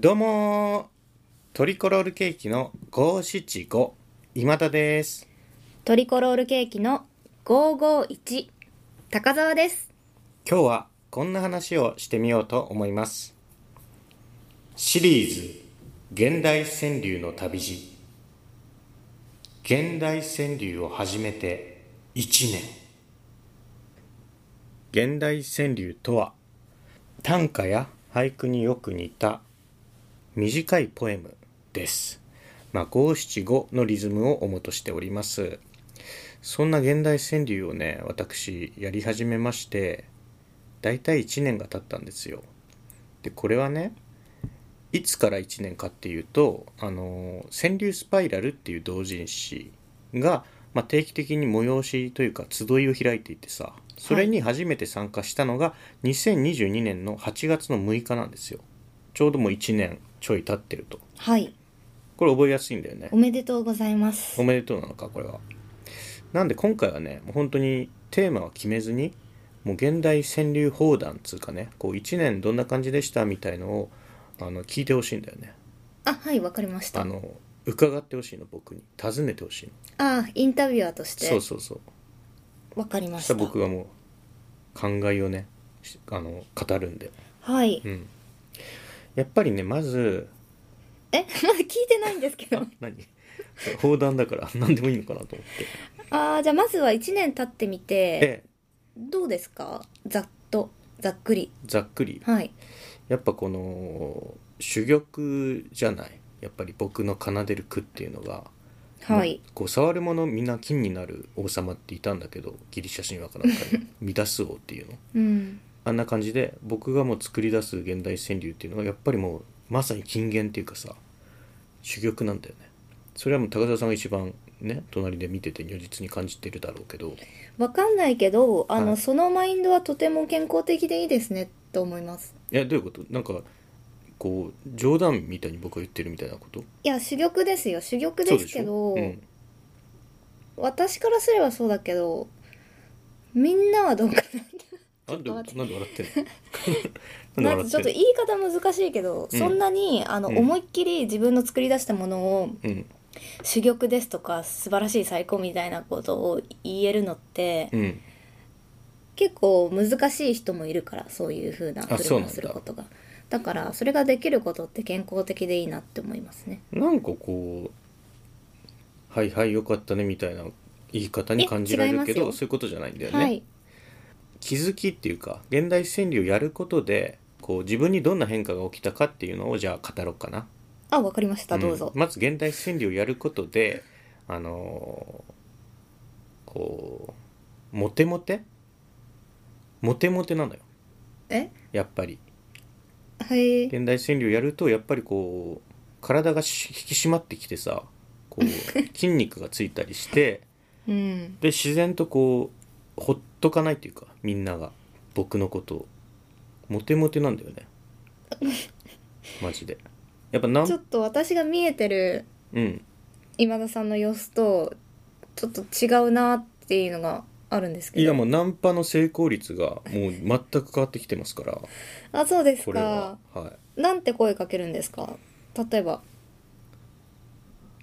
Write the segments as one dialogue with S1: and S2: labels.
S1: どうもートリコロールケーキの575今田です
S2: トリコロールケーキの551高澤です
S1: 今日はこんな話をしてみようと思いますシリーズ現代川柳の旅路現代川柳を始めて1年現代川柳とは短歌や俳句によく似た短いポエムです。まあ、五七五のリズムを主としております。そんな現代川柳をね、私、やり始めまして、だいたい1年が経ったんですよ。で、これはね、いつから1年かっていうと、あの、川柳スパイラルっていう同人誌が、まあ、定期的に催しというか集いを開いていてさ、それに初めて参加したのが2022年の8月の6日なんですよ。ちょうどもう1年ちょい経ってると。
S2: はい
S1: これ覚えやすいんだよね
S2: お。めでとうございます
S1: おめでとうなのか、これは。なんで今回はね、もう本当にテーマは決めずに、もう現代川柳砲弾つうかね、こう1年どんな感じでしたみたいのをあの聞いてほしいんだよね。
S2: あはいわかりました
S1: あ
S2: あ
S1: の、伺ってほしいの、僕に。尋ねてほしいの。
S2: あインタビュアーとし
S1: そ
S2: て
S1: うそうそう。
S2: わかりま
S1: そ
S2: し
S1: したたら僕がもう考えをね、しあの、語るんで。
S2: はい
S1: うん。やっぱりね、まず、
S2: えまだ聞いてないんで すけど
S1: 何砲弾だから何でもいいのかなと思って。
S2: ああじゃあまずは1年経ってみて
S1: で、
S2: どうですかざっとざっくり
S1: ざっくり
S2: はい
S1: やっぱこの珠玉じゃないやっぱり僕の奏でる句っていうのが、
S2: はい
S1: まあこう触るものみんな金になる王様っていたんだけどギリシャ神話かなんか に乱す王っていうの
S2: うん
S1: あんな感じで僕がもう作り出す現代川柳っていうのはやっぱりもうまさに金言っていうかさ珠玉なんだよねそれはもう高澤さんが一番ね隣で見てて如実に感じてるだろうけど
S2: わかんないけどあの、
S1: はい
S2: そのマインドはとても健康的でいいですねと思います
S1: いやどういうことなんかこう冗談みたいに僕が言ってるみたいなこと
S2: いや珠玉ですよ珠玉
S1: そう
S2: です
S1: しょ
S2: けど、
S1: うん
S2: 私からすればそうだけどみんなはどうか
S1: なんで、
S2: ち
S1: な
S2: ょ
S1: ん
S2: っ
S1: で
S2: と
S1: 笑って んの。
S2: な
S1: なんで
S2: まずちょっと
S1: 笑ってん
S2: 言い方難しいけど、
S1: うん
S2: そんなにあの、
S1: うん
S2: 思いっきり自分の作り出したものを
S1: の。うん、
S2: 珠玉ですとか素晴らしい最高みたいなことを言えるのって、
S1: うん、
S2: 結構難しい人もいるからそういう風な
S1: あ
S2: 振
S1: そうなん
S2: る舞いを
S1: だ
S2: することがだからそれができることって健康的でいいなって思いますね
S1: なんかこう。はいはい、よかったねみたいな言い方に感じられるけ
S2: え違い
S1: ど、
S2: ますよ
S1: そういうことじゃないんだよね。
S2: はい
S1: 気づきっていうか、現代川柳をやることで。こう自分にどんな変化が起きたかっていうのをじゃあ語ろうかな。
S2: あわかりました
S1: ん
S2: どうぞ、
S1: まず現代川柳をやることで、あのーこうモテモテモテモテなのよ
S2: え
S1: やっぱり。
S2: はい
S1: 現代川柳やるとやっぱりこう体がし引き締まってきてさこう 筋肉がついたりして
S2: うん
S1: で自然とこうほっとかないというかみんなが僕のことをモテモテなんだ よねマジでやっぱな
S2: ちょ
S1: ん
S2: っと私が見えてる
S1: うん
S2: 今田さんの様子とちょっと違うなっていうのがあるんですけど
S1: いやもうナンパの成功率がもう全く変わってきてますから
S2: あそうです
S1: これは
S2: か
S1: はい
S2: なんて声かけるんですか例えば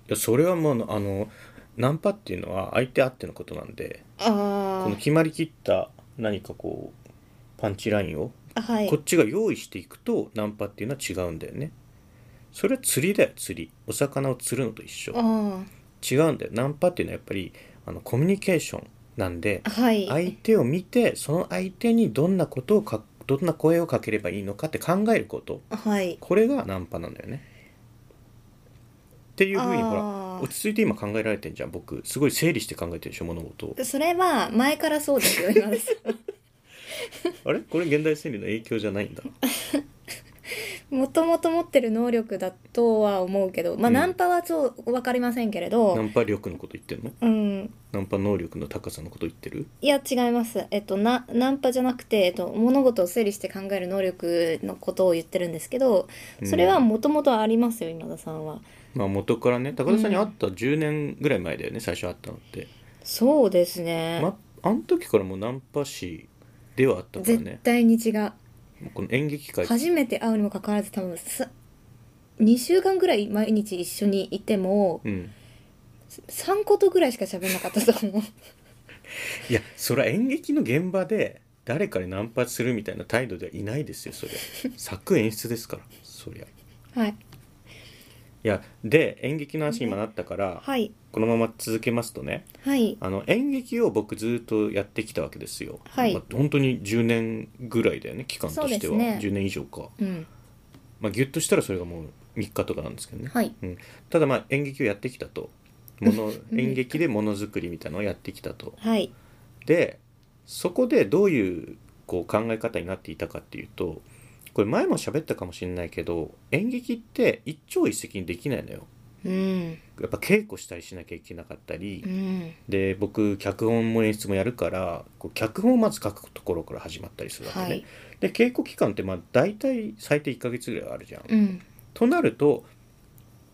S1: いやそれはもうあのナンパっていうのは相手あってのことなんで
S2: あ
S1: この決まりきった何かこうパンチラインを
S2: あはい
S1: こっちが用意していくとナンパっていうのは違うんだよねそれは釣りだよ釣りお魚を釣るのと一緒
S2: あ
S1: 違うんだよナンパっていうのはやっぱりあのコミュニケーションなんで
S2: あはい
S1: 相手を見てその相手にどんなことをかどんな声をかければいいのかって考えること
S2: はい
S1: これがナンパなんだよねっていうふうにほら
S2: あ
S1: 落ち着いて今考えられてんじゃん僕すごい整理して考えてるでしょ物事を
S2: あそれは前からそうですよ今田 さ
S1: あれこれ現代心理の影響じゃないんだ
S2: んもともと持ってる能力だとは思うけどまあ、
S1: うん
S2: ナンパはそう分かりませんけれ
S1: ナ
S2: ど
S1: ンパ力のこと言ってるの
S2: うん
S1: ナンパ能力の高さのこと言ってる
S2: いや違いますえっとなナンパじゃなくて、えっと、物事を整理して考える能力のことを言ってるんですけどそれはもともとありますよ今田さんは
S1: まあ元からね高田さんに会った10年ぐらい前だよね、最初会ったのって、
S2: そうですね、
S1: まあの時からもうナンパ師ではあったから
S2: 絶
S1: ね
S2: 対に違う
S1: この演劇界
S2: 初めて会うにもかかわらず多分さ2週間ぐらい毎日一緒にいても
S1: うん、
S2: 3ことぐらいしか喋んなかったと思う
S1: いやそれは演劇の現場で誰かにナンパするみたいな態度ではいないですよそり ゃ作演出ですからそりゃい
S2: はい
S1: やで演劇の話今なったから
S2: はい
S1: このまま続けますとね
S2: はい
S1: あの演劇を僕ずっとやってきたわけですよ、
S2: はい
S1: まあ本当に10年ぐらいだよね期間として
S2: そ
S1: は、
S2: うですね
S1: 10年以上か、
S2: うん
S1: まあ、ギュッとしたらそれがもう3日とかなんですけどね、
S2: はい
S1: うん、ただまあ演劇をやってきたともの 演劇でものづくりみたいなのをやってきたと
S2: はい
S1: でそこでどういうこう考え方になっていたかっていうとこれ前も喋ったかもしれないけど演劇って一朝一夕にできないのよ
S2: うん
S1: やっぱ稽古したりしなきゃいけなかったり、
S2: うん
S1: で僕脚本も演出もやるからこう脚本をまず書くところから始まったりするわけね、
S2: はい
S1: で稽古期間ってまあ大体最低1ヶ月ぐらいはあるじゃん、
S2: うん
S1: となると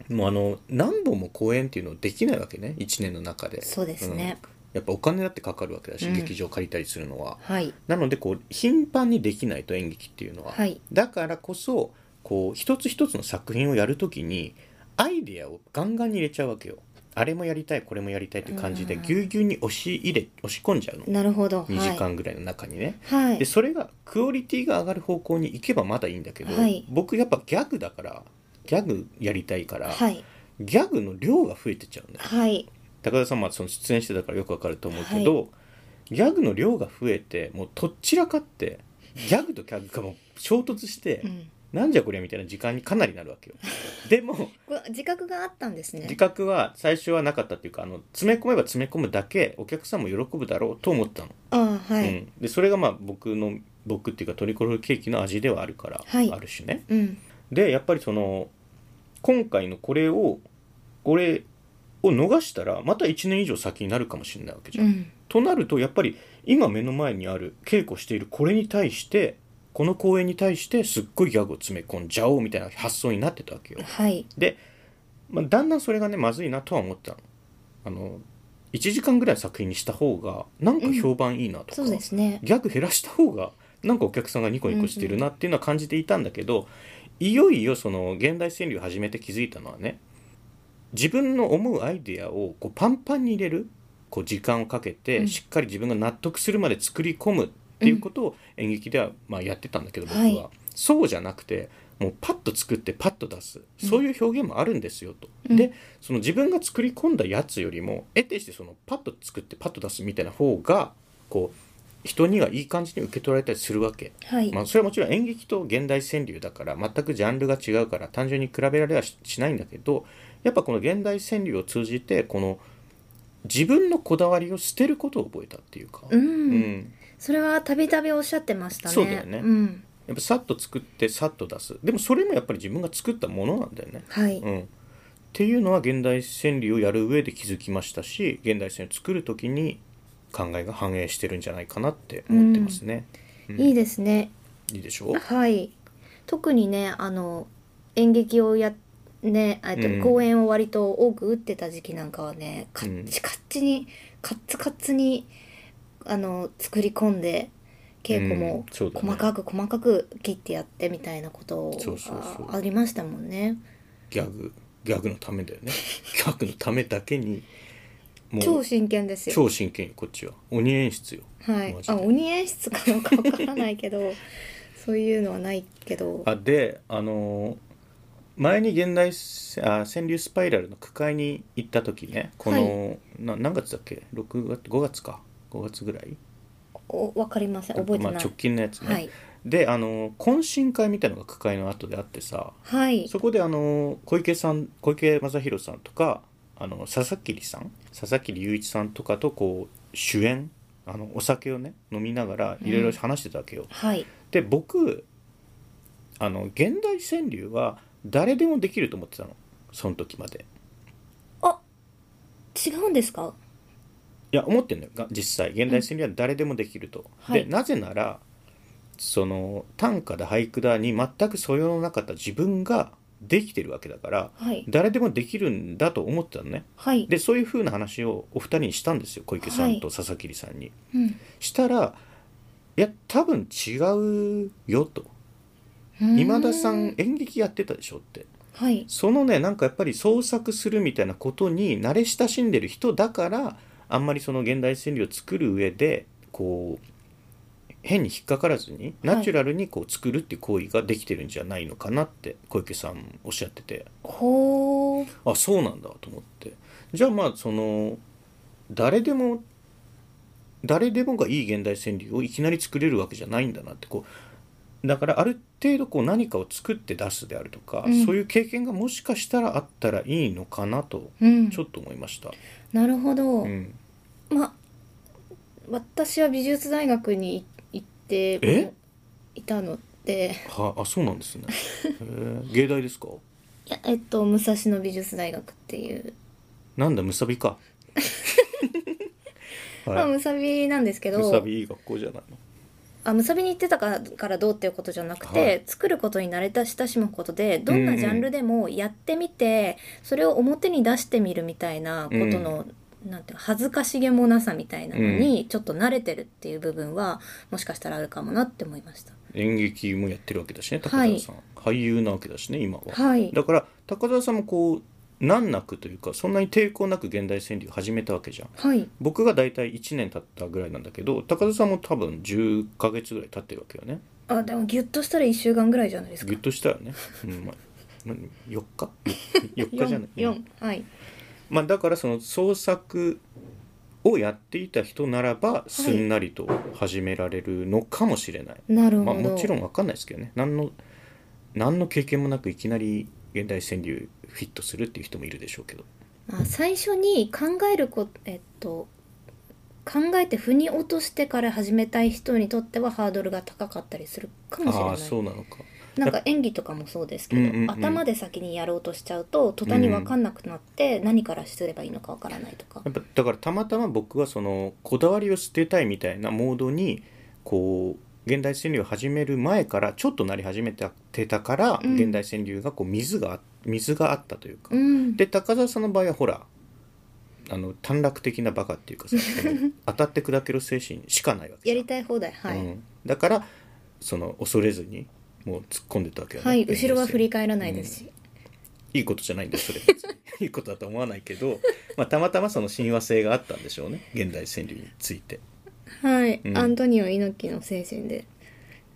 S1: もうあの何本も公演っていうのできないわけね1年の中で
S2: そうですね、
S1: うんやっぱお金だってかかるわけだし、
S2: うん
S1: 劇場借りたりするのは
S2: はい
S1: なのでこう頻繁にできないと演劇っていうのは、
S2: はい
S1: だからこそこう一つ一つの作品をやるときにアイデアをガンガンに入れちゃうわけよあれもやりたいこれもやりたいって感じで
S2: うん
S1: ぎゅうぎゅうに押し入れ押し込んじゃうの
S2: なるほど
S1: 2時間ぐらいの中にね、
S2: はい、は
S1: で
S2: い、
S1: それがクオリティが上がる方向に行けばまだいいんだけど、
S2: はい
S1: 僕やっぱギャグだからギャグやりたいから、
S2: はい
S1: ギャグの量が増えてっちゃうんだよ
S2: はい
S1: 高田さんもその出演してたからよくわかると思うけど、ギャグの量が増えてもうとっちらかってギャグとギャグがもう衝突して、
S2: うん
S1: なんじゃこりゃみたいな時間にかなりなるわけよでも
S2: これ自覚があったんですね
S1: 自覚は最初はなかったっていうかあの詰め込めば詰め込むだけお客さんも喜ぶだろうと思ったの、
S2: ああは
S1: う
S2: い
S1: ん、でそれがまあ僕の僕っていうかトリコロールケーキの味ではあるから、
S2: はい
S1: ある種ね
S2: うん
S1: でやっぱりその今回のこれをこれを逃したらまた1年以上先になるかもしれないわけじゃ、
S2: うんん
S1: となるとやっぱり今目の前にある稽古しているこれに対してこの公演に対してすっごいギャグを詰め込んじゃおうみたいな発想になってたわけよ、
S2: はい
S1: で、まあ、だんだんそれがねまずいなとは思ったのあの1時間ぐらいの作品にした方がなんか評判いいなとか、
S2: そうですね
S1: ギャグ減らした方がなんかお客さんがニコニコしてるなっていうのは感じていたんだけど、いよいよその現代川柳を始めて気づいたのはね自分の思うアイデアをこうパンパンに入れるこう時間をかけて、
S2: うん
S1: しっかり自分が納得するまで作り込むっていうことを演劇ではまあやってたんだけど僕は、
S2: はい
S1: そうじゃなくてもうパッと作ってパッと出すそういう表現もあるんですよと、
S2: うん
S1: でその自分が作り込んだやつよりも得てしてそのパッと作ってパッと出すみたいな方がこう人にはいい感じに受け取られたりするわけ、
S2: はい、
S1: まあ、それはもちろん演劇と現代川柳だから全くジャンルが違うから単純に比べられはししないんだけどやっぱこの現代川柳を通じてこの自分のこだわりを捨てることを覚えたっていうか、
S2: うん、
S1: うん
S2: それはたびたびおっしゃってましたね
S1: そうだよね
S2: うん
S1: やっぱさっと作ってさっと出すでもそれもやっぱり自分が作ったものなんだよね。
S2: はい、
S1: うん、っていうのは現代川柳をやる上で気づきましたし現代川柳を作る時に考えが反映してるんじゃないかなって思ってますね。うん
S2: いいですね
S1: いいでしょう
S2: はい特にねあの演劇をやねえっと、
S1: うん
S2: 公演を割と多く打ってた時期なんかはねカ
S1: うん
S2: ッチカッチに、カッツカッツにあの作り込んで稽古も
S1: うんそうだね
S2: 細かく細かく切ってやってみたいなことが
S1: そうそうそう
S2: あありましたもんね
S1: ギャグギャグのためだよ ねギャグのためだけにも
S2: 超真剣ですよ
S1: 超真剣よこっちは鬼演出よ
S2: はい
S1: マジで
S2: あ鬼演出かどうかわからないけど そういうのはないけど
S1: あであのー前に現代あ川柳スパイラルの句会に行った時ねこの、な何月だっけ6月5月か5月ぐらい
S2: おわかりません覚えて
S1: ま
S2: な
S1: あ、
S2: い、
S1: 直近のやつね、
S2: はい
S1: であの懇親会みたいのが句会の後であってさ
S2: はい
S1: そこであの小池さん小池正弘さんとかあの佐々木里さん佐々木隆一さんとかとこう主演あのお酒をね飲みながらいろいろ話してたわけよ。
S2: はい
S1: で僕あの現代川柳は誰でもできると思ってたのその時まで。
S2: あ違うんですか
S1: いや思ってんだよが実際現代戦には誰でもできると。
S2: はい
S1: でなぜならその短歌だ俳句だに全く素養のなかった自分ができてるわけだから
S2: はい
S1: 誰でもできるんだと思ってたのね。
S2: はい
S1: でそういう風な話をお二人にしたんですよ小池さんと
S2: は
S1: 佐々木里さんに。
S2: うん
S1: したらいや多分違うよと
S2: うーん
S1: 今田さん演劇やってたでしょって
S2: はい
S1: そのねなんかやっぱり創作するみたいなことに慣れ親しんでる人だからあんまりその現代川柳を作る上でこう変に引っかからずに
S2: はい
S1: ナチュラルにこう作るっていう行為ができてるんじゃないのかなって小池さんおっしゃってて
S2: ほう
S1: あそうなんだと思ってじゃあまあその誰でも誰でもがいい現代川柳をいきなり作れるわけじゃないんだなってこうだからある程度こう何かを作って出すであるとか、
S2: うん
S1: そういう経験がもしかしたらあったらいいのかなと
S2: うん
S1: ちょっと思いました。
S2: なるほど、
S1: うん、
S2: まあ私は美術大学に行って
S1: え
S2: いたので
S1: はあそうなんですね。へえ芸大ですか
S2: いやえっと武蔵野美術大学っていう、
S1: なんだむさび か。
S2: まあ
S1: はい
S2: むさびなんですけど
S1: むさびいい学校じゃないの。
S2: あむさびに行ってたからからどうっていうことじゃなくて、
S1: はい
S2: 作ることに慣れた親しむことでどんなジャンルでもやってみて、それを表に出してみるみたいなことの、なんていうか恥ずかしげもなさみたいなのにちょっと慣れてるっていう部分はもしかしたらあるかもなって思いました。
S1: 演劇もやってるわけだしね高
S2: は
S1: 澤
S2: い
S1: さん、俳優なわけだしね今は。
S2: はい、
S1: だから高澤さんもこう難なくというかそんなに抵抗なく現代川柳を始めたわけじゃん
S2: はい、
S1: 僕が大体1年経ったぐらいなんだけど高澤さんも多分10ヶ月ぐらい経ってるわけよね
S2: あでもギュッとしたら1週間ぐらいじゃないですか
S1: ぎゅっとしたらね、うんまあ、何4日 ?4 日じゃない
S2: 4はい
S1: まあ、だからその創作をやっていた人ならばすんなりと始められるのかもしれない、
S2: なるほ
S1: ま
S2: ど、
S1: あ、もちろん分かんないですけどね何の何の経験もなくいきなり現代川柳フィットするっていう人もいるでしょうけど
S2: まあ、最初に考えるこえっと考えて腑に落としてから始めたい人にとってはハードルが高かったりするかもしれ
S1: あ
S2: な
S1: あ
S2: い
S1: そうなのか
S2: なんか演技とかもそうですけど、
S1: うんうんうん
S2: 頭で先にやろうとしちゃうと途端に分かんなくなって、何からすればいいのか分からないとか
S1: やっぱだからたまたま僕はそのこだわりを捨てたいみたいなモードにこう現代川柳を始める前からちょっとなり始めてたから、
S2: うん
S1: 現代川柳がこう水があ水があったというか、
S2: うん
S1: で高澤さんの場合はほらあの短絡的なバカっていう かさその当たって砕ける精神しかないわけじゃ
S2: や
S1: ん
S2: りたい放題はい、
S1: うん、だからその恐れずにもう突っ込んでたわけよね
S2: はい
S1: 現代
S2: 後ろは振り返らない
S1: うん
S2: ですし、
S1: いいことじゃないんですそれ別 にいいことだとは思わないけど、まあ、たまたまその親和性があったんでしょうね現代川柳について。
S2: はい、
S1: うん
S2: アントニオ猪木の精神で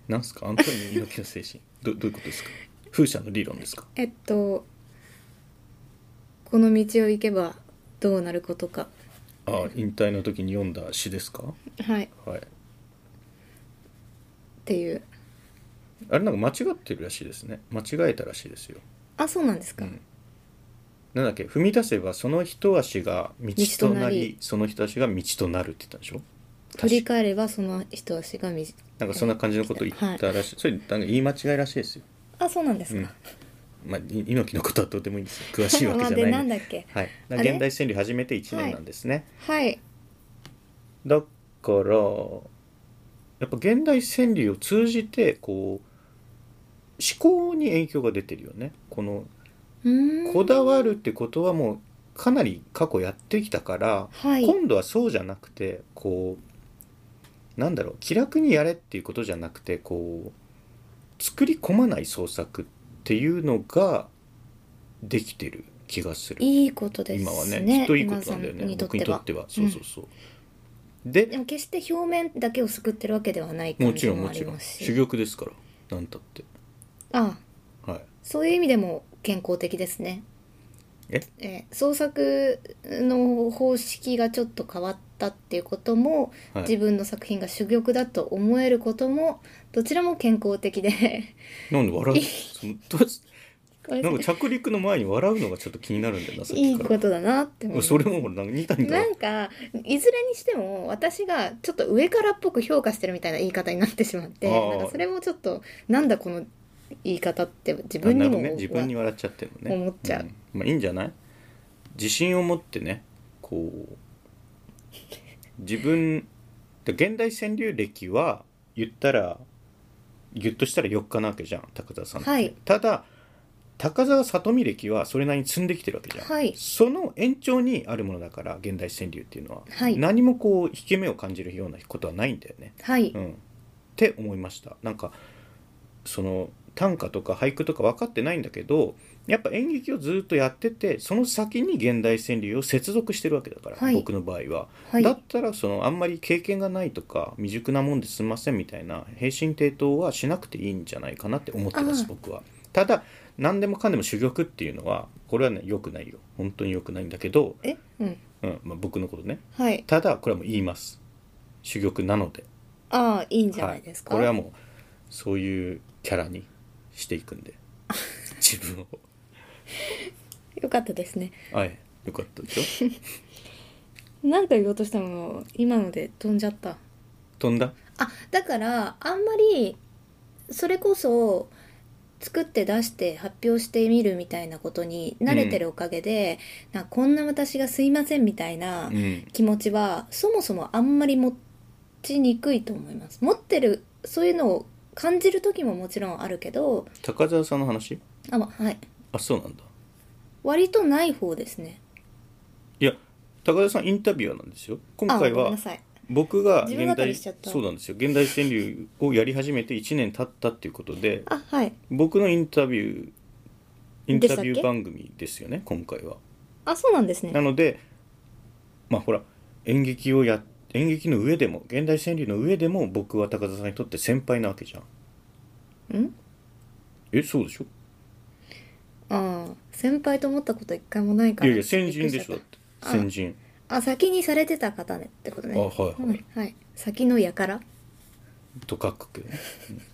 S1: なんすかアントニオ猪木の精神どどういうことですか風車の理論ですか
S2: えっとこの道を行けばどうなることか
S1: ああ引退の時に読んだ詩ですか
S2: はいっ
S1: はい
S2: ていう
S1: あれなんか間違ってるらしいですね間違えたらしいですよ、
S2: あそうなんです
S1: う
S2: か、
S1: ん、なんだっけ踏み出せばその一足が道となり
S2: 道となり
S1: その一足が道となるって言ったんでしょ
S2: 振り返ればその一足が短い
S1: なんかそんな感じのこと言ったらしい、それなんか言い間違いらしいですよ
S2: あそうなんですか、
S1: うんまあ、い猪木のことはどうでもいいんですよ詳しいわ けじゃない
S2: で
S1: の
S2: なんだっけ
S1: はい、だ
S2: あ
S1: か
S2: れ
S1: ら現代川柳始めて1年なんですね、
S2: はい
S1: だからやっぱ現代川柳を通じてこう思考に影響が出てるよねこの
S2: うーん
S1: こだわるってことはもうかなり過去やってきたから、
S2: はい
S1: 今度はそうじゃなくてこうなんだろう気楽にやれっていうことじゃなくてこう作り込まない創作っていうのができてる気がする
S2: いいことです
S1: 今
S2: ね
S1: はねきっといいことなんだよね
S2: 皆さん
S1: 僕に
S2: に
S1: と
S2: と
S1: っ
S2: ってて
S1: は
S2: は
S1: そうそうそう、で
S2: でも決して表面だけを救ってるわけではない
S1: も
S2: 感
S1: ち
S2: じ
S1: ろん
S2: も
S1: も
S2: あ
S1: ち
S2: り
S1: ろん
S2: ます
S1: 珠
S2: し
S1: 玉ですから何たって
S2: あ
S1: はい
S2: そういう意味でも健康的ですね
S1: え
S2: 創作の方式がちょっと変わったっていうことも、
S1: はい
S2: 自分の作品が珠玉だと思えることもどちらも健康的で
S1: なんで 笑うそのどうし
S2: これ
S1: なんか着陸の前に笑うのがちょっと気になるんだよなさっ
S2: い
S1: き
S2: い
S1: か
S2: こ
S1: ら
S2: とだなって思います
S1: それもほらなんか二谷が
S2: なんかいずれにしても私がちょっと上からっぽく評価してるみたいな言い方になってしまって
S1: あー
S2: なんかそれもちょっとなんだこの言い方って自分にも
S1: あなるほどね、自分に笑っちゃってるのね
S2: 思っちゃうん
S1: まあいいんじゃない自信を持ってねこう自分で現代川柳歴は言ったらギュッとしたら4日なわけじゃん高澤さんって、
S2: はい
S1: ただ高澤里美歴はそれなりに積んできてるわけじゃん、
S2: はい
S1: その延長にあるものだから現代川柳っていうのは、
S2: はい
S1: 何もこう引け目を感じるようなことはないんだよね
S2: はい、
S1: うん、って思いましたなんかその短歌とか俳句とか分かってないんだけどやっぱ演劇をずっとやっててその先に現代川柳を接続してるわけだから、
S2: はい
S1: 僕の場合は、
S2: はい
S1: だったらそのあんまり経験がないとか未熟なもんですんませんみたいな平身抵当はしなくていいんじゃないかなって思ってます
S2: あー
S1: 僕は。ただ何でもかんでも珠玉っていうのはこれはね良くないよ本当に良くないんだけど、
S2: えうん
S1: うんまあ、僕のことね
S2: はい
S1: ただこれはもう言います珠玉なので
S2: ああいいんじゃないですか、
S1: はい、これはもうそういうキャラにしていく んで自分を
S2: よかったですね
S1: はいよかったでしょ
S2: なんか言おうとしたもの今ので飛んじゃった
S1: 飛んだ
S2: あだからあんまりそれこそ作って出して発表してみるみたいなことに慣れてるおかげで、なんかこんな私がすいませんみたいな
S1: うん
S2: 気持ちはそもそもあんまり持ちにくいと思います持ってるそういうのを感じる時ももちろんあるけど
S1: 高澤さんの話
S2: あまはい
S1: あそうなんだ
S2: 割とない方ですね
S1: いや高澤さんインタビュアーなんですよ今
S2: あご
S1: 回
S2: めん
S1: は
S2: なさい
S1: 僕が
S2: 自分
S1: 現
S2: 語り
S1: 代
S2: しちゃった
S1: そうなんですよ現代川柳をやり始めて1年経ったっていうことで
S2: あはい
S1: 僕のインタビューインタビ
S2: でし
S1: ュ
S2: たっけ
S1: ー番組ですよね今回は
S2: あそうなんですね
S1: なのでまあほら演劇をや演劇の上でも現代川柳の上でも僕は高田さんにとって先輩なわけじゃん
S2: ん
S1: えそうでしょ
S2: ああ先輩と思ったこと一回もないか
S1: い
S2: ら
S1: やいや先人でしょだって
S2: あ
S1: 先人
S2: あ先にされてた方ねってことね
S1: あはいはい
S2: はい、先のやから
S1: とかっこいいね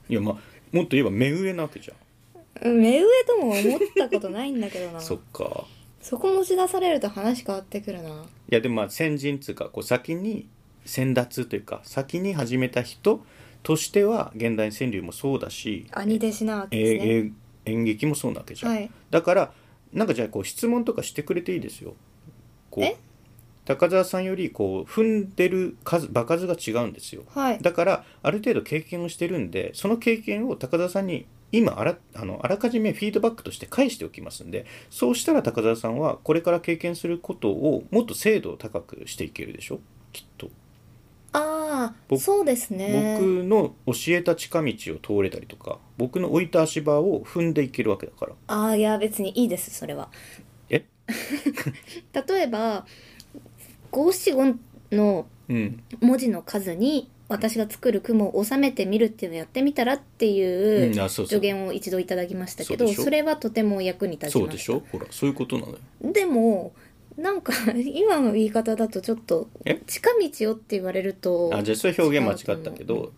S1: いやまあもっと言えば目上なわけじゃ
S2: うん目上とも思ったことないんだけどな ん
S1: そっか
S2: そこ持ち出されると話変わってくるない
S1: やでもまあ先人っつうかこう先に先達というか先に始めた人としては現代川柳もそうだし、
S2: 兄弟子なわけ
S1: え
S2: ですね、
S1: ーえー演劇もそうなわけじゃん、
S2: はい
S1: だからなんかじゃあこう質問とかしてくれていいですよこう
S2: え
S1: 高澤さんよりこう踏んでる数場数が違うんですよ
S2: はい
S1: だからある程度経験をしてるんでその経験を高澤さんに今あらあのあらかじめフィードバックとして返しておきますんでそうしたら高澤さんはこれから経験することをもっと精度を高くしていけるでしょきっと、
S2: ああ
S1: 僕
S2: そうですね
S1: 僕の教えた近道を通れたりとか僕の置いた足場を踏んでいけるわけだから
S2: ああいや別にいいですそれは
S1: え
S2: 例えば五七五の
S1: うん
S2: 文字の数に私が作る雲を収めてみるっていうのをやってみたらっていう
S1: うんあそうそう
S2: 助言を一度いただきましたけど、
S1: そうでしょ
S2: それはとても役に立ち
S1: そう
S2: ま
S1: で
S2: し
S1: しょほらそういうことなのよ
S2: たでもなんか 今の言い方だとちょっと
S1: え
S2: 近道よって言われると
S1: あじゃあそれ表現間違ったけ
S2: 違う
S1: ど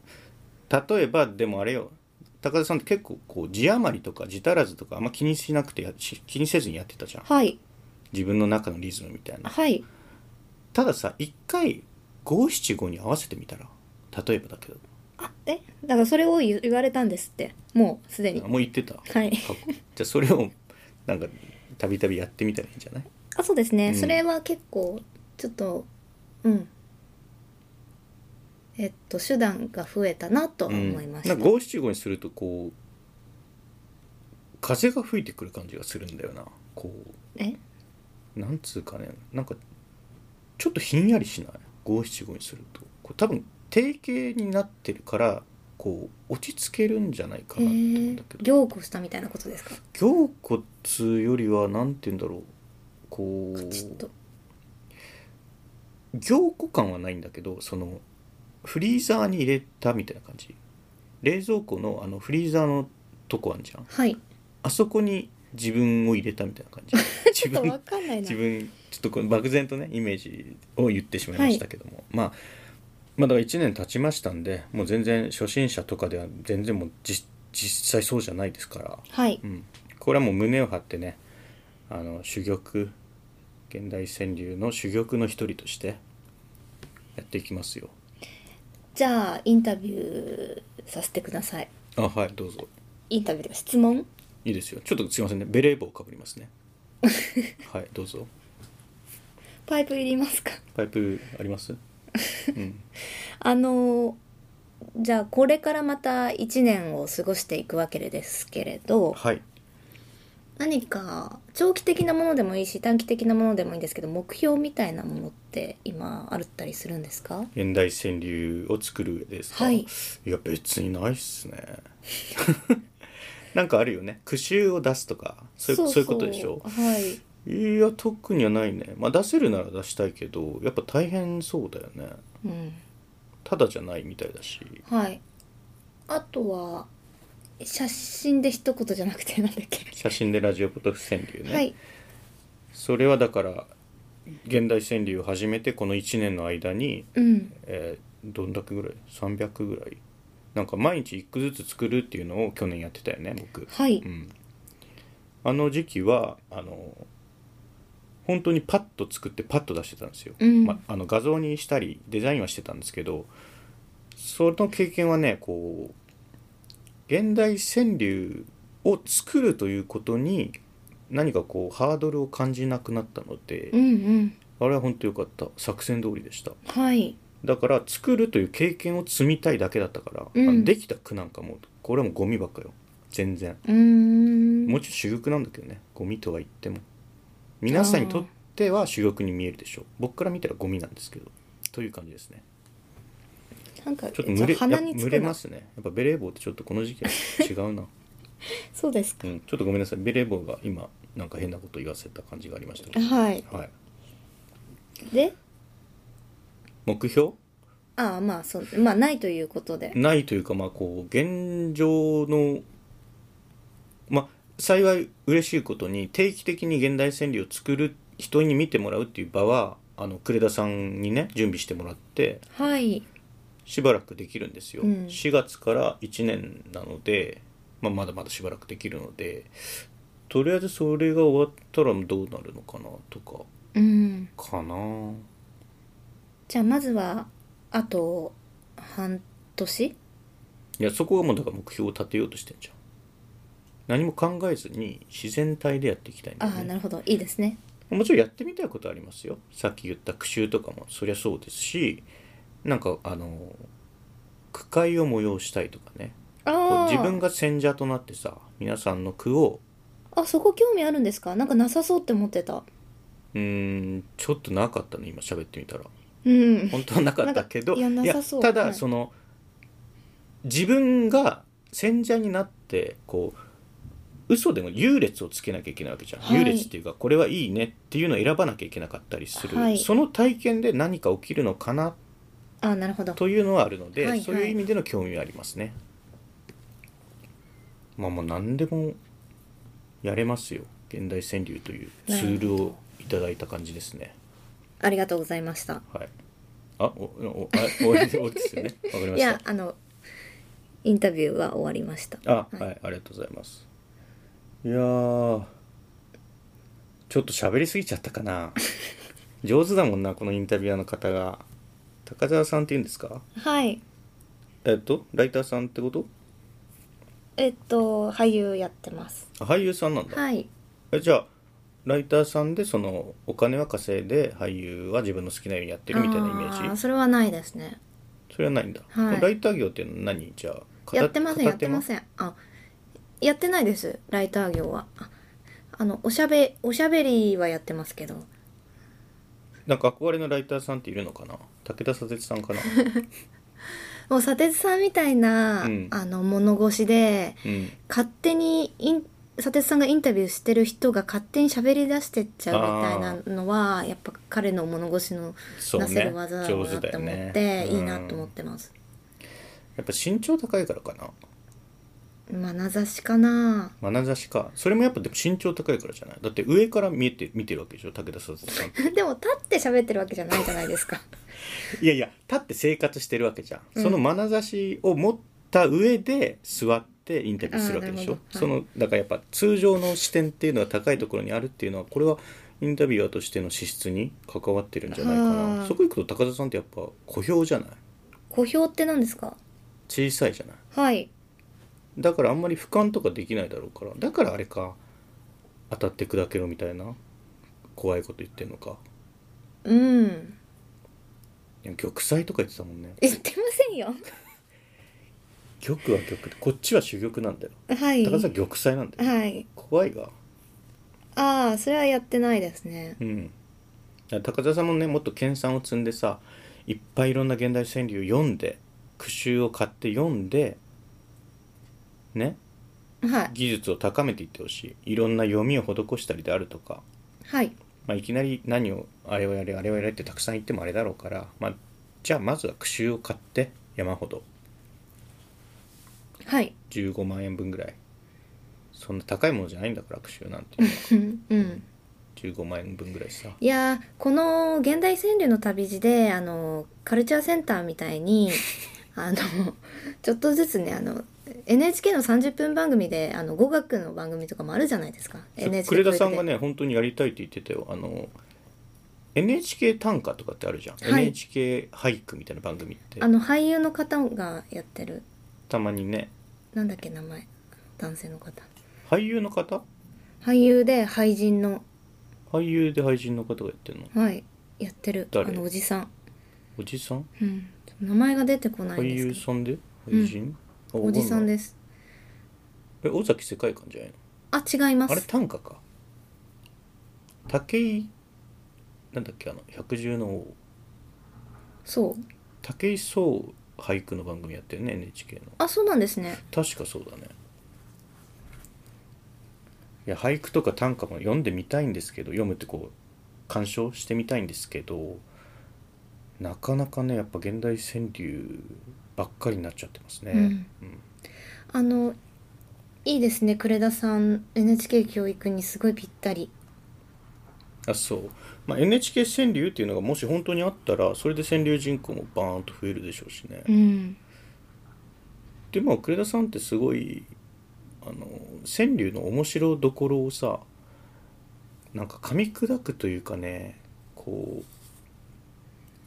S1: 例えばでもあれよ高田さんって結構こう字余りとか字足らずとかあんま気にしなくてやし気にせずにやってたじゃん
S2: はい
S1: 自分の中のリズムみたいな
S2: はい
S1: たださ一回五七五に合わせてみたら例えばだけど
S2: あえだからそれを言言われたんですってもうすでに
S1: あもう言ってた
S2: はい
S1: 過去じゃあそれをなんかたびたびやってみたらいいんじゃない
S2: あそうですね、
S1: うん
S2: それは結構ちょっとうんえっと手段が増えたなとは思いました、
S1: うんなんか五七五にするとこう風が吹いてくる感じがするんだよなこ
S2: え
S1: うなんつうかねなんかちょっとひんやりしない五七五にするとこう多分定型になってるからこう落ち着けるんじゃないか
S2: え
S1: なって思うんだけど、
S2: 凝固したみたいなことですか
S1: 凝骨よりはなんて言うんだろうこ
S2: カチッ
S1: う
S2: と
S1: 凝固感はないんだけどそのフリーザーに入れたみたいな感じ冷蔵庫のあのフリーザーのとこあんじゃん
S2: はい
S1: あそこに自分を入れたみたいな感じ
S2: ち
S1: 自
S2: ょっとわ
S1: 分
S2: かんないな
S1: 自分ちょっとこの漠然とねイメージを言ってしまいましたけども、まあまあだから1年経ちましたんでもう全然初心者とかでは全然もうじ実際そうじゃないですから
S2: はい
S1: うん、これはもう胸を張ってねあの珠玉現代川柳の珠玉の一人としてやっていきますよ
S2: じゃあインタビューさせてください
S1: あはいどうぞ
S2: インタビューというか質問
S1: いいですよちょっとすいませんねベレー帽をかぶり ますねはいどうぞ
S2: パイプいりますか
S1: パイプありますうん
S2: あのじゃあこれからまた1年を過ごしていくわけですけれど
S1: はい
S2: 何か長期的なものでもいいし短期的なものでもいいんですけど目標みたいなものって今あったりするんですか
S1: 現代川柳を作る上ですか、
S2: はい
S1: いや別にないっすね なんかあるよね句集を出すとかそういうそういうことでしょ
S2: はい
S1: いや特にはないねまあ出せるなら出したいけどやっぱ大変そうだよね
S2: うん
S1: ただじゃないみたいだし
S2: はいあとは写真で一言じゃなくてなんだっけ、
S1: 写真でラジオポトフ川柳ね、
S2: はい
S1: それはだから現代川柳を始めてこの1年の間に、
S2: うん
S1: えーどんだけぐらい300ぐらいなんか毎日1句ずつ作るっていうのを去年やってたよね僕
S2: はい、
S1: うん、あの時期はあの本当にパッと作ってパッと出してたんですよ、
S2: うん
S1: ま、あの画像にしたりデザインはしてたんですけどその経験はねこう現代川柳を作るということに何かこうハードルを感じなくなったので、
S2: うんうん
S1: あれは本当良かった作戦通りでした
S2: はい
S1: だから作るという経験を積みたいだけだったから、
S2: うん
S1: あのできた句なんかもうこれはもうゴミばっかよ全然
S2: うーん
S1: もうちょっと主玉なんだけどねゴミとは言っても皆さんにとっては主玉に見えるでしょう僕から見たらゴミなんですけどという感じですね
S2: なんか
S1: ちょっと蒸れ
S2: じゃあ鼻
S1: や
S2: に
S1: っぱ
S2: つ
S1: 蒸
S2: く
S1: れ
S2: な
S1: ますねやっぱベレー帽ってちょっとこの時期は違う な、
S2: そうですか
S1: うん、ちょっとごめんなさいベレー帽が今なんか変なこと言わせた感じがありましたけど
S2: はい
S1: はい
S2: で
S1: 目標
S2: ああまあそうまあないということで
S1: ないというかまあこう現状のまあ幸い嬉しいことに定期的に現代川柳を作る人に見てもらうっていう場はあの呉田さんにね準備してもらって
S2: はい
S1: しばらくできるんですよ、
S2: うん
S1: 4月から1年なので、まあ、まだまだしばらくできるのでとりあえずそれが終わったらどうなるのかなとか
S2: うん
S1: かな
S2: じゃあまずはあと半年
S1: いやそこがもうだから目標を立てようとしてんじゃん何も考えずに自然体でやっていきたいんだ
S2: あ
S1: よ
S2: あ
S1: ね
S2: なるほどいいですね
S1: もちろんやってみたいことありますよさっき言った句集とかもそりゃそうですしなんかあの句会を催したいとかねこ
S2: あ
S1: う
S2: あ
S1: 自分が選者となってさ皆さんの句を
S2: あそこ興味あるんですかなんかなさそうって思ってた
S1: うーんちょっとなかったね今喋ってみたら
S2: うん
S1: 本当はなかったけど
S2: なんかいやなさそう
S1: た
S2: は
S1: だ
S2: い
S1: その、自分が選者になってこう嘘でも優劣をつけなきゃいけないわけじゃん、
S2: はい
S1: 優劣っていうかこれはいいねっていうのを選ばなきゃいけなかったりする、
S2: はい
S1: その体験で何か起きるのかな
S2: ああなるほど
S1: というのはあるので、
S2: はいはい
S1: そういう意味での興味はありますねまあもう何でもやれますよ現代川柳というツールをいただいた感じですね、
S2: ありがとうございました
S1: はい。あ、お、お、あ、終わりで終わりですよね。わかりま
S2: い
S1: した
S2: や。あのインタビューは終わりました
S1: あ、はい、ありがとうございます。いやー、ちょっと喋りすぎちゃったかな。上手だもんな、このインタビュアーの方が。高澤さんって言うんですか
S2: はい
S1: えっと、ライターさんってこと
S2: えっと俳優やってます
S1: あ俳優さんなんだ。
S2: はい
S1: えじゃあ、ライターさんでそのお金は稼いで俳優は自分の好きなようにやってるみたいなイメ
S2: あ
S1: ー
S2: ー
S1: ジ
S2: それはないですね
S1: それはないんだ、
S2: はい
S1: ライター業っていうのは何じゃあ片
S2: やってませんやっ
S1: 片手
S2: て
S1: 間
S2: ませんあやってないですライター業はああのおしゃべおしゃべりはやってますけど
S1: なんか憧れのライターさんっているのかな武田砂鉄さん かな
S2: もう砂鉄さんみたいな、
S1: うん
S2: あの物腰で
S1: うん
S2: 勝手にイン砂鉄さんがインタビューしてる人が勝手に喋り出してっちゃうみたいなのはやっぱ彼の物腰の
S1: そう
S2: なせ
S1: ね
S2: る技だな
S1: 上手
S2: って
S1: だよ
S2: 思っ
S1: ね
S2: て、いいなと思っ
S1: うん
S2: てます、
S1: やっぱ身長高いからかな
S2: 眼差しかな
S1: 眼差しかそれもやっぱでも身長高いからじゃないだって上から見えて見てるわけでしょ武田砂鉄さんって
S2: でも立って喋ってるわけじゃないじゃない ですか
S1: いやいや立って生活してるわけじゃん、その眼差しを持った上で座ってインタビューするわけでしょ、
S2: あーなるほど
S1: そのだからやっぱ通常の視点っていうのは高いところにあるっていうのはこれはインタビュアーとしての資質に関わってるんじゃないか
S2: は
S1: な
S2: あ
S1: そこ行くと高田さんってやっぱ小兵じゃない
S2: 小評って何ですか
S1: 小さいじゃない
S2: はい
S1: だからあんまり俯瞰とかできないだろうからだからあれか当たって砕けろみたいな怖いこと言ってんのか
S2: うん
S1: いや玉砕とか言ってたもんね
S2: 言ってませんよ
S1: 玉は玉でこっちは珠玉なんだよ
S2: はい
S1: 高田さん玉砕なんだよ
S2: はい
S1: 怖いが
S2: ああそれはやってないですね
S1: うんだから高田さんもねもっと研鑽を積んでさいっぱいいろんな現代川柳を読んで句集を買って読んでね
S2: はい
S1: 技術を高めていってほしいいろんな読みを施したりであるとか、
S2: はい
S1: まあ、いきなり何をあれをやれあれをやれってたくさん言ってもあれだろうから、まあ、じゃあまずは句集を買って山ほど
S2: はい
S1: 15万円分ぐらいそんな高いものじゃないんだから句集なん て
S2: うんうん
S1: 15万円分ぐらいさ
S2: いやーこの現代川柳の旅路であのカルチャーセンターみたいに あのちょっとずつねあの NHK の30分番組であの語学の番組とかもあるじゃないですか
S1: そう
S2: NHK
S1: 呉田さんが
S2: ね
S1: ね本当にやりたいって言ってたよあの NHK 短歌とかってあるじゃん、
S2: はい
S1: NHK 俳句みたいな番組って
S2: あの俳優の方がやってる
S1: たまにね
S2: なんだっけ名前男性の方
S1: 俳優の方
S2: 俳優で俳人の
S1: 俳優で俳人の方がやってるの
S2: はいやってるあ
S1: 誰
S2: のおじさん、
S1: おじさん
S2: うん、名前が出てこないん
S1: 俳
S2: です
S1: 優
S2: けど
S1: さんで俳人、あ
S2: おじさん
S1: わ
S2: です
S1: かんないえ尾崎世界観じゃないの
S2: あ違いま
S1: あれ
S2: す
S1: 短歌か武井なんだっけあの百獣の王
S2: そう
S1: 武井壮俳句の番組やってるね NHK の
S2: あそうなんですね
S1: 確かそうだねいや俳句とか短歌も読んでみたいんですけど読むってこう鑑賞してみたいんですけどなかなかねやっぱ現代川柳ばっかりになっちゃってますね、
S2: うんあのいいですね呉田さん NHK 教育にすごいぴったり
S1: あそう、まあ、NHK 川柳っていうのがもし本当にあったらそれで川柳人口もバーンと増えるでしょうしね、
S2: うん
S1: でも呉田さんってすごいあの川柳の面白どころをさなんか噛み砕くというかねこ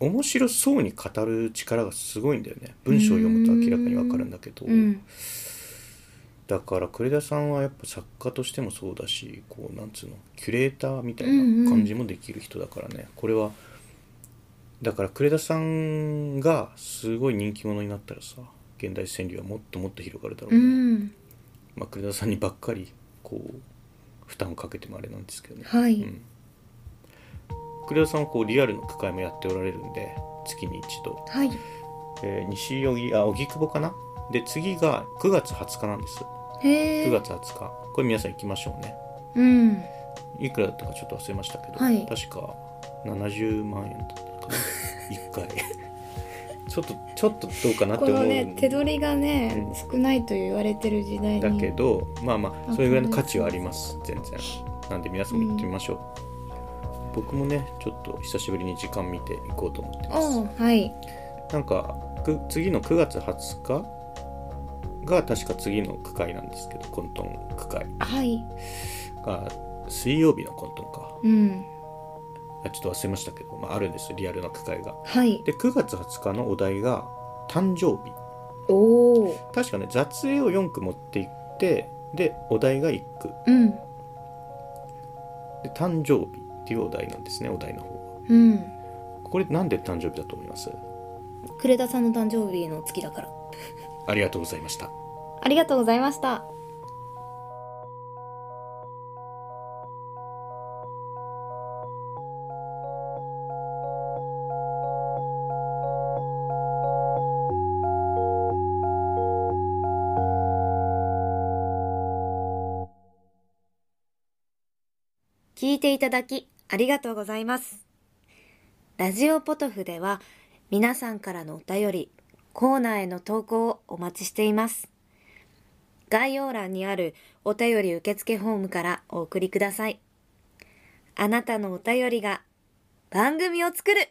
S1: う面白そうに語る力がすごいんだよね文章を読むと明らかに分かるんだけど、
S2: うん
S1: だから呉田さんはやっぱ作家としてもそうだしこうなんつうのキュレーターみたい
S2: うんうん
S1: な感じもできる人だからね、これはだから呉田さんがすごい人気者になったらさ現代川柳はもっともっと広がるだろう
S2: う
S1: ね、
S2: ん
S1: まあ、呉田さんにばっかりこう負担をかけてもあれなんですけどね、
S2: はい、
S1: うん、呉田さんはこうリアルの句会もやっておられるんで月に一度、
S2: はい
S1: えー西荻あ荻窪かなで次が9月20日なんです
S2: へ
S1: 9
S2: え
S1: 月20日これ皆さん行きましょうね
S2: うん
S1: いくらだったかちょっと忘れましたけど、
S2: はい
S1: 確か70万円だったかな 1回ちょっとちょっとどうかなって
S2: こ
S1: 思う
S2: のね手取りがね、
S1: う
S2: 少ないと言われてる時代に
S1: だけどまあまあ
S2: あ
S1: それぐらいの価値はあります全然なんで皆さんも行ってみましょう、僕もねちょっと久しぶりに時間見ていこうと思って
S2: お
S1: ま
S2: うはい
S1: すなんかく次の9月20日が確か次の区会なんですけど混沌区会
S2: はい
S1: が水曜日の混沌か
S2: うん
S1: あちょっと忘れましたけど、まあ、あるんですよリアルな区会が
S2: はい
S1: で9月20日のお題が「誕生日
S2: おおー」
S1: 確かね雑絵を4句持っていってでお題が1句
S2: うん
S1: で誕生日っていうお題なんですねお題の方
S2: うん
S1: がこれなんで誕生日だと思います
S2: 呉田さんの誕生日の月だから
S1: ありがとうございました
S2: ありがとうございました聞いていただきありがとうございますラジオポトフでは皆さんからのお便り、コーナーへの投稿をお待ちしています。概要欄にあるお便り受付フォームからお送りください。あなたのお便りが番組を作る